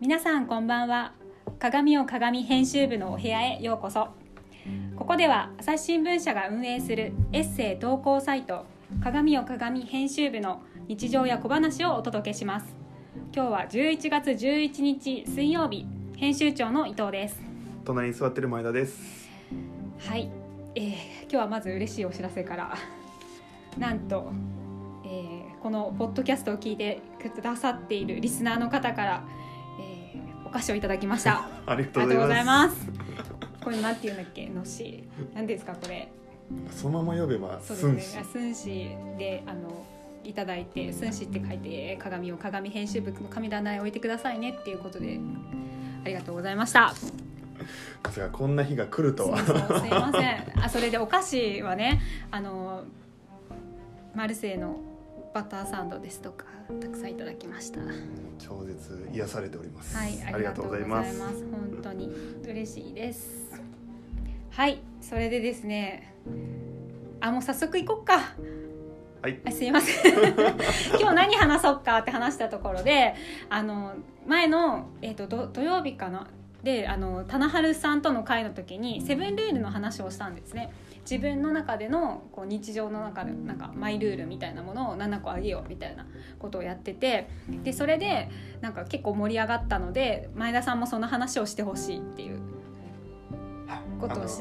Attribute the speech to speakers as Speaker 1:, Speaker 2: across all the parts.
Speaker 1: 皆さんこんばんは鏡を鏡編集部のお部屋へようこそここでは朝日新聞社が運営するエッセイ投稿サイト鏡を鏡編集部の日常や小話をお届けします今日は11月11日水曜日編集長の伊藤です
Speaker 2: 隣に座ってる前田です。
Speaker 1: はい、えー今日はまず嬉しいお知らせからなんと、えーこのポッドキャストを聞いてくださっているリスナーの方から、えーお菓子をいただきました
Speaker 2: ありが
Speaker 1: あ
Speaker 2: とう
Speaker 1: り
Speaker 2: ご
Speaker 1: がとうご
Speaker 2: ざ
Speaker 1: ざ
Speaker 2: い
Speaker 1: い
Speaker 2: ま
Speaker 1: ます。これなんていうんだっけ、のし、なんていうんですか、これ。
Speaker 2: す。そのまま呼べば、
Speaker 1: そう
Speaker 2: すん
Speaker 1: で
Speaker 2: し
Speaker 1: すね。。すんしで、あの。いただいて、すんしって書いて、鏡を鏡編集部の神棚へ置いてくださいねっていうことで。ありがとうございました。
Speaker 2: まさかこんな日が来るとは。
Speaker 1: そうそうすいません。あ、それでお菓子はね、あの。マルセイの。バターサンドですとか、たくさんいただきました。
Speaker 2: 超絶癒されております。
Speaker 1: はい、あ
Speaker 2: あ
Speaker 1: り
Speaker 2: り
Speaker 1: が
Speaker 2: が
Speaker 1: と
Speaker 2: と
Speaker 1: う
Speaker 2: う
Speaker 1: ご
Speaker 2: ご
Speaker 1: ざ
Speaker 2: ざ
Speaker 1: い
Speaker 2: い
Speaker 1: ま。
Speaker 2: ますす。
Speaker 1: 本当に嬉しいです。はい、それでですね。あ、もう早速行こっか。
Speaker 2: はい。
Speaker 1: あすいません 今日何話そうかって話したところであの前の、えー、とど土曜日かなであの棚春さんとの会の時にセブンルールの話をしたんですね自分の中でのこう日常の中でなんかマイルールみたいなものを7個あげようみたいなことをやっててでそれでなんか結構盛り上がったので前田さんもその話をしてほしいっていうこと
Speaker 2: あ
Speaker 1: を
Speaker 2: の
Speaker 1: し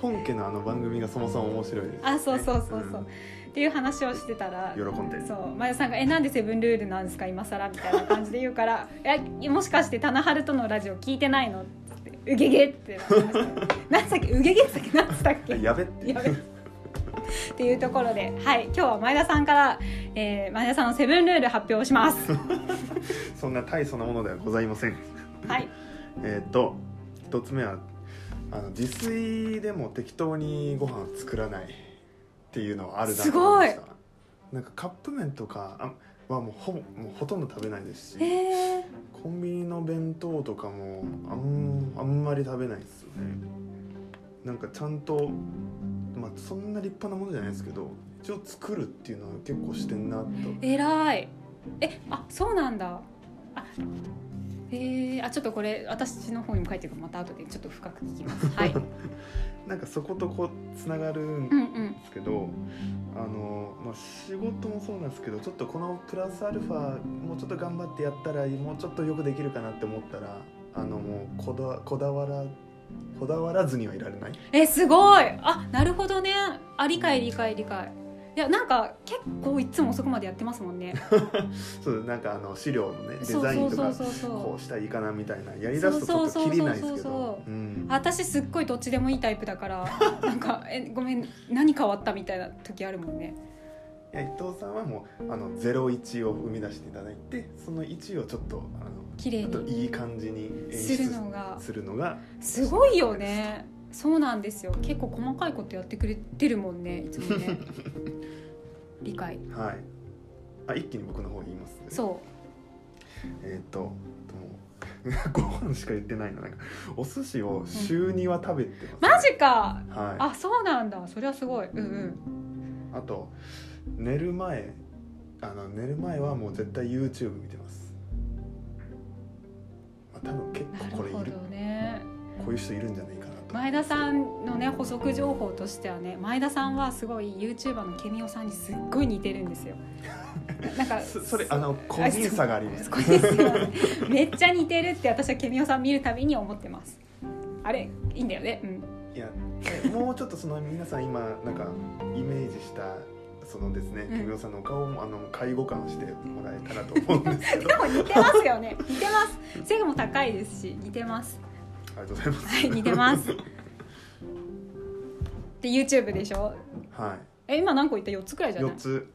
Speaker 2: 本家のあの番組がそもそも面白いです、
Speaker 1: あそうそうそうそう、っていう話をしてたら
Speaker 2: うん喜んで。
Speaker 1: そう前田さんが「えなんでセブンルールなんですか今更」みたいな感じで言うから 「えもしかして棚春とのラジオ聞いてないの?」って「うげげ」ってなりました何つったっけうげげって言ったっけ何つったっけ
Speaker 2: やべって。
Speaker 1: やべっていうところで、はい、今日は前田さんから、えー前田さんのセブンルール発表します。
Speaker 2: そんな大層なものではございません。
Speaker 1: はい、
Speaker 2: えっ、と一つ目はあの自炊でも適当にご飯作らないっていうのはあるなと思いましたなんかカップ麺とかあはもうほぼもうほとんど食べないですし、
Speaker 1: えー、
Speaker 2: コンビニの弁当とかもあんあんまり食べないですよねなんかちゃんとまあそんな立派なものじゃないですけど一応作るっていうのは結構してんなと
Speaker 1: えらいえあそうなんだあえー、あちょっとこれ私の方にも書いてるからまた後でちょっと深く聞きますはい
Speaker 2: なんかそことこうつながるん
Speaker 1: うんうん
Speaker 2: ですけどあの、まあ、仕事もそうなんですけどちょっとこのプラスアルファもうちょっと頑張ってやったらもうちょっとよくできるかなって思ったらあのもうこだわこだわらこだわらずにはいられない
Speaker 1: えすごいあなるほどねあ理解理解理解いやなんか結構いつも遅くまでやってますもん ね
Speaker 2: そうなんかあの資料のねデ
Speaker 1: そう
Speaker 2: ザイ
Speaker 1: そう
Speaker 2: ンと
Speaker 1: そう
Speaker 2: か
Speaker 1: そうそ
Speaker 2: こ
Speaker 1: う
Speaker 2: うしたらいいかなみたいなやりだすとちょっときりないです
Speaker 1: そ
Speaker 2: け
Speaker 1: うそうそうそう
Speaker 2: どうん
Speaker 1: 私すっごいどっちでもいいタイプだからなんかえごめん何変わったみたいな時あるもんね
Speaker 2: いや伊藤さんはもうあの01を生み出していただいてその1をちょっとあの
Speaker 1: 綺麗
Speaker 2: ちょっと
Speaker 1: に
Speaker 2: いい感じに演
Speaker 1: するの
Speaker 2: 出
Speaker 1: が
Speaker 2: するのが
Speaker 1: すごいよねそうなんですよ結構細かいことやってくれてるもんねいつも ね理解
Speaker 2: はいあ一気に僕の方に言いますね
Speaker 1: そ
Speaker 2: えっ、ともう ご飯しか言ってないのなんかお寿司を週2は食べて
Speaker 1: うマ
Speaker 2: ます、
Speaker 1: ジか
Speaker 2: はい
Speaker 1: あそうなんだそれはすごいうんうん
Speaker 2: あと寝る前あの寝る前はもう絶対 YouTube 見てます、まあ、多分結
Speaker 1: な
Speaker 2: 構これ
Speaker 1: る
Speaker 2: い
Speaker 1: ほ
Speaker 2: る
Speaker 1: どね
Speaker 2: こういう人いるんじゃないかなと
Speaker 1: 前田さんのね補足情報としてはね前田さんはすごい YouTuber のケミオさんにすっごい似てるん ですよなんか
Speaker 2: そそれあの個人差があります
Speaker 1: 個人差がねめっちゃ似てるって私はケミオさん見るたびに思ってますあれいいんだよねうん
Speaker 2: いやえもうちょっとその皆さん今なんかイメージしたそのですね
Speaker 1: うん
Speaker 2: 木村さんのお顔をあの介護官してもらえたらと思うんで すけど
Speaker 1: で
Speaker 2: あ
Speaker 1: も似てますよね。似てます。背も高いですし、似てます。
Speaker 2: りがとうございます
Speaker 1: はい、似てます。で、YouTube でしょ
Speaker 2: は
Speaker 1: え、今何個言った四つくらいじ
Speaker 2: い
Speaker 1: ゃない
Speaker 2: 4。つ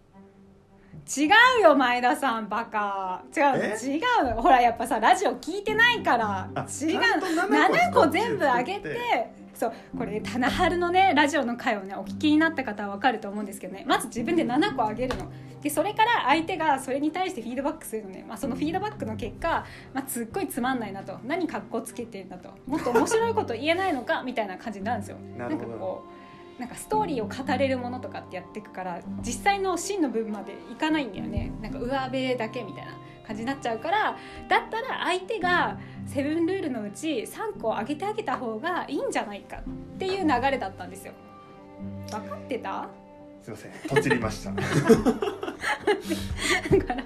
Speaker 1: 違うよ、前田さん、バカ。違う、
Speaker 2: え
Speaker 1: 違うの、ほら、やっぱさ、ラジオ聞いてないから。
Speaker 2: あ
Speaker 1: 違う
Speaker 2: ちゃんと。
Speaker 1: 七
Speaker 2: 7
Speaker 1: 個
Speaker 2: 個
Speaker 1: 全部あげて。そうこれ棚春のねラジオの回をねお聞きになった方は分かると思うんですけどねまず自分で7個あげるのでそれから相手がそれに対してフィードバックするのね、まあ、そのフィードバックの結果、まあ、すっごいつまんないなと何かっこつけてんだともっと面白いこと言えないのかみたいな感じになるんですよ
Speaker 2: なるほど
Speaker 1: んかこうなんかストーリーを語れるものとかってやっていくから実際の真の部分までいかないんだよねなんか上辺だけみたいな感じになっちゃうからだったら相手がセブンルールのうち3個上げてあげた方がいいんじゃないかっていう流れだったんですよ。分かってた
Speaker 2: すいませんとちりました
Speaker 1: だから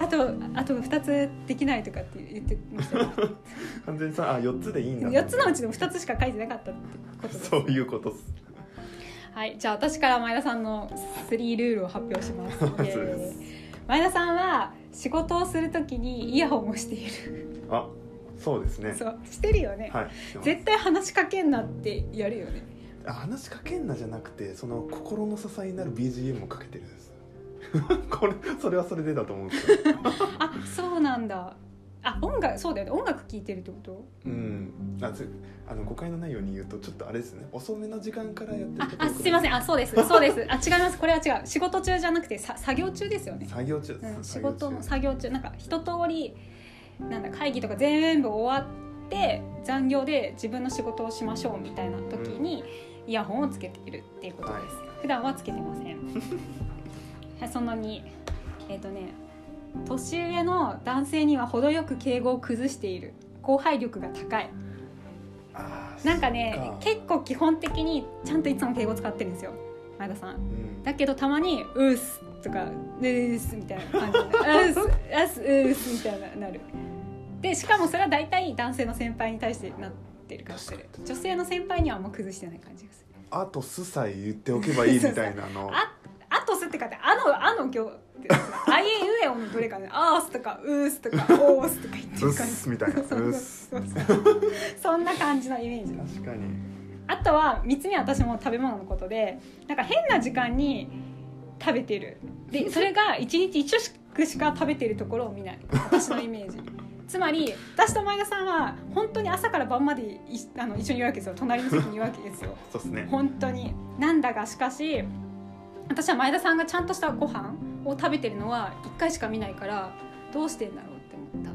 Speaker 1: あとあとあと2つできないとかって言ってましたよ
Speaker 2: 完全にさあ4つでいいんだ
Speaker 1: 4つのうちの2つしか書いてなかったってことです
Speaker 2: そういうことっす
Speaker 1: はい、じゃあ私から前田さんの3ルールを発表します。
Speaker 2: そう
Speaker 1: イエーイ
Speaker 2: です
Speaker 1: 前田さんは仕事をするときにイヤホンをしている。
Speaker 2: あそうですね
Speaker 1: そう、してるよね。
Speaker 2: はい
Speaker 1: 絶対話しかけんなってやるよ ね。
Speaker 2: あ話しかけんなじゃなくてその心の支えになる BGM をかけてるんです これそれはそれでだと思うんですけど
Speaker 1: あ、そうなんだ。あ、音楽、そうだよね。音楽聴いてるってこと。
Speaker 2: うんあつあの誤解のないように言うとちょっとあれですね遅めの時間からやってる
Speaker 1: あ
Speaker 2: こ、と
Speaker 1: あ、すいません。あ、そうです。そうです。あ、違います。これは違う。仕事中じゃなくて、さ、作業中ですよね。
Speaker 2: 作業中、
Speaker 1: うん、仕
Speaker 2: 作業中
Speaker 1: 事の作業中なんか一通りなんだ会議とか全部終わって残業で自分の仕事をしましょうみたいな時にイヤホンをつけているっていうことです、普段はつけてませ んはいその2えっ、とね年上の男性には程よく敬語を崩している後輩力が高い
Speaker 2: あー
Speaker 1: なんかね
Speaker 2: そっか
Speaker 1: 結構基本的にちゃんといつも敬語使ってるんですよ前田さん
Speaker 2: うん
Speaker 1: だけどたまに「うっす」とか「うっす」みたいな感じで「うっす」うっす「うっす」みたいななるでしかもそれは大体男性の先輩に対してなってる感じする
Speaker 2: 確かに
Speaker 1: 女性の先輩にはあんま崩してない感じがする
Speaker 2: あとすさえ言っておけばいいみた いなの
Speaker 1: ああとすってかってあのあの行ってですねあいうえおのどれかねあーすとかうーすとかおーすとか言って
Speaker 2: うっ
Speaker 1: る感じ
Speaker 2: すみたいな
Speaker 1: そう
Speaker 2: うっす
Speaker 1: そうそう そんな感じのイメージ
Speaker 2: 確かに
Speaker 1: あとは3つ目は私も食べ物のことでなんか変な時間に食べてる でそれが1日1食しか食べてるところを見ない私のイメー ジつまり私と前田さんは本当に朝から晩までいあの一緒にいるわけですよ隣の席にいるわけです よ
Speaker 2: そうですね
Speaker 1: 本当になんだがしかし私は前田さんがちゃんとしたご飯を食べてるのは1回しか見ないからどうしてんだろうって思った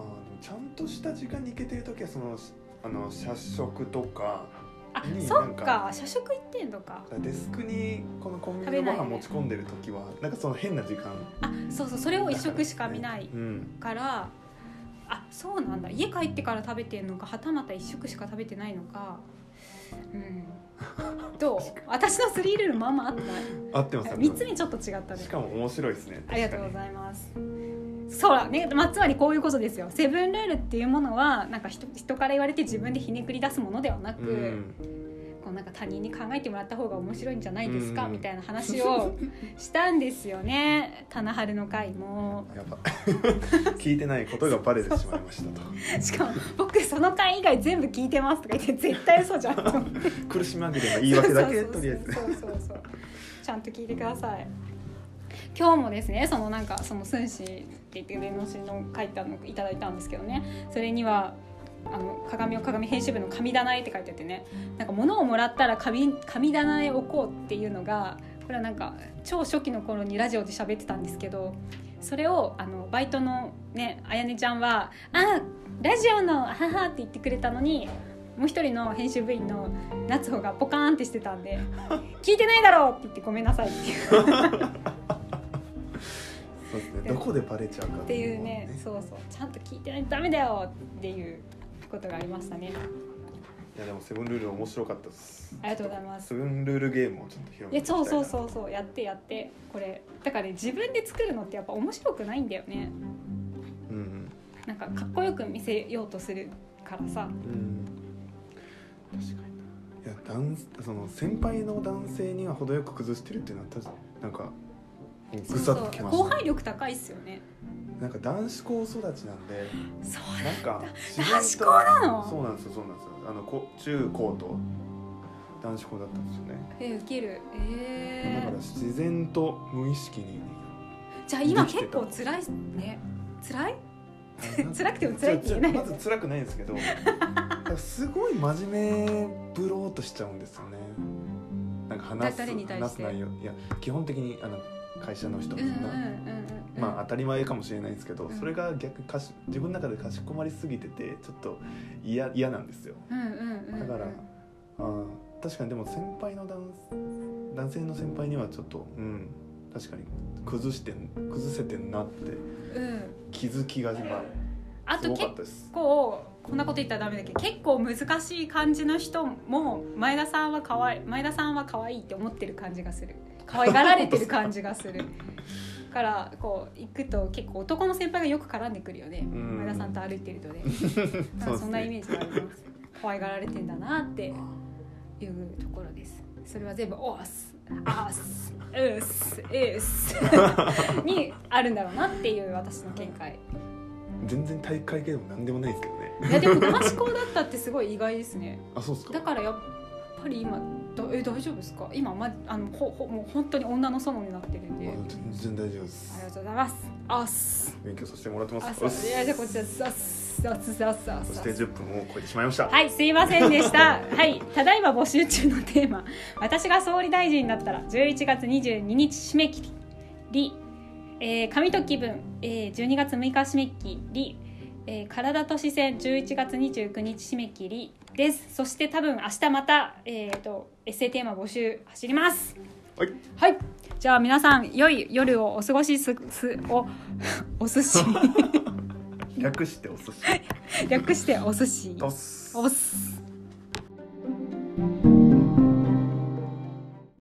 Speaker 2: あのちゃんとした時間に行けてる時はそのあの社食とか
Speaker 1: あ
Speaker 2: いいね
Speaker 1: そっ
Speaker 2: なん
Speaker 1: か社食行ってんのか
Speaker 2: デスクにこのコンビ
Speaker 1: 食べ
Speaker 2: ニ
Speaker 1: ない
Speaker 2: のご飯持ち込んでる時はなんかその変な時間
Speaker 1: あそうそうそれを1食しか見ない
Speaker 2: うん
Speaker 1: からあそうなんだ家帰ってから食べてんのかはたまた一食しか食べてないのか うんどう私のスリールールまあまああった
Speaker 2: 合ってます合って
Speaker 1: 3
Speaker 2: ま
Speaker 1: つ
Speaker 2: す
Speaker 1: 目ちょっと違ったね
Speaker 2: しかも面白いですね
Speaker 1: ありがとうございますそうだね、まあ、つまりこういうことですよセブンルールっていうものはなんか人人から言われて自分でひねくり出すものではなく、
Speaker 2: うん
Speaker 1: こうなんか他人に考えてもらった方が面白いんじゃないですか、
Speaker 2: うん
Speaker 1: みたいな話をしたんですよ ね棚春の会も。
Speaker 2: やば 聞いてないことがバレてしまいましたと
Speaker 1: しかも僕その回以外全部聞いてますとか言って絶対嘘じゃんと思って
Speaker 2: 苦し紛れの言い訳だけ
Speaker 1: そうそうそう
Speaker 2: とりあえずね
Speaker 1: そうそうそうちゃんと聞いてください今日もですねそのなんかその寸志って言って弁護士の書いたのいただいたんですけどねそれにはあの鏡を鏡編集部の神棚へって書いてあってねなんか物をもらったら神神棚へ置こうっていうのがこれはなんか超初期の頃にラジオで喋ってたんですけどそれをあのバイトのねあやねちゃんは「あラジオのあはは」って言ってくれたのにもう一人の編集部員の夏穂がポカーンってしてたんで「聞いてないだろ!」って言って「ごめんなさい」っていう
Speaker 2: そうですねどこでバレちゃうか
Speaker 1: っていうねそうそうちゃんと聞いてないとダメだよっていうことがありま したね
Speaker 2: いやでもセブンルール面白かったです
Speaker 1: ありがとうございます
Speaker 2: セブンルールゲームをちょっと広
Speaker 1: い
Speaker 2: め
Speaker 1: や
Speaker 2: ていきた
Speaker 1: そ
Speaker 2: い
Speaker 1: う
Speaker 2: な
Speaker 1: そうそうそうやってやってこれだからね自分で作るのってやっぱ面白くないんだよね
Speaker 2: うん
Speaker 1: なんかかっこよく見せようとするからさ
Speaker 2: うん、うん、確かにないや男その先輩の男性には程よく崩してるっていうのは確かなんかぐさっときました
Speaker 1: 後輩力高いっすよね
Speaker 2: なんか男子校育ちなんで
Speaker 1: そう
Speaker 2: なんか
Speaker 1: 男子校
Speaker 2: な
Speaker 1: なの
Speaker 2: そうなんですよそうなんですよあのこ中高と男子校だったんですよね、
Speaker 1: えウケる
Speaker 2: だか
Speaker 1: え
Speaker 2: ら自然と無意識
Speaker 1: ー、
Speaker 2: に
Speaker 1: じゃあ今結構辛いっすね辛い辛くても辛いって言えない
Speaker 2: まず辛くないんです けどなんかすごい真面目ぶろうとしちゃうんですよねなんか話す
Speaker 1: だ誰に対して
Speaker 2: 話す内容いや基本的にあの会社の人
Speaker 1: うん
Speaker 2: み
Speaker 1: うん
Speaker 2: ん
Speaker 1: うん
Speaker 2: な、
Speaker 1: うん
Speaker 2: まあ当たり前かもしれないんですけど、
Speaker 1: うん
Speaker 2: それが逆かし自分の中でかしこまりすぎててちょっと嫌嫌なんですよ
Speaker 1: うんうんうんうん
Speaker 2: だからあー確かにでも先輩の男男性の先輩にはちょっとうん確かに崩してん崩せてんなって
Speaker 1: うん
Speaker 2: 気づきが今
Speaker 1: あ
Speaker 2: す
Speaker 1: と
Speaker 2: ごか
Speaker 1: 結
Speaker 2: ったです
Speaker 1: 構こんなこと言ったらダメだけど結構難しい感じの人も前田さんは可愛い前田さんは可愛いって思ってる感じがする可愛がられてる感じが するからこう行くと結構男の先輩がよく絡んでくるよね
Speaker 2: うん
Speaker 1: 前田さんと歩いてるとね
Speaker 2: そうですね
Speaker 1: そんなイメージがあります可愛がられてんだなっていうところですそれは全部「オース」「アース」「ウース」「エース」にあるんだろうなっていう私の見解
Speaker 2: 全然体育会系でも何でもないですけどね
Speaker 1: いやでも男子校だったってすごい意外ですね
Speaker 2: あそうですか
Speaker 1: だからやっぱり今だえ大丈夫ですか今まあのほほもう本当に女の園になってるんであ
Speaker 2: あ全然大丈夫です
Speaker 1: りがとうございますアース
Speaker 2: 勉強させてもらって
Speaker 1: ア
Speaker 2: ます
Speaker 1: ースいやじゃあこちらアスアスアスア
Speaker 2: そし
Speaker 1: ス
Speaker 2: て10分を超えてしまいました
Speaker 1: はい、すいませんでした。はい、ただいま募集中のテーマ。私が総理大臣になったら、11月22日締め切り。えー、紙と気分、えー、12月6日締め切り。えー、体と視線、11月29日締め切りです。そして多分明日また、えー、と、エッセイテーマ募集走ります。
Speaker 2: はい
Speaker 1: はい。じゃあ皆さん、良い夜をお過ごしす、す、お、お寿司。
Speaker 2: 略してお寿司
Speaker 1: 略してお寿司。
Speaker 2: とっす
Speaker 1: おっす。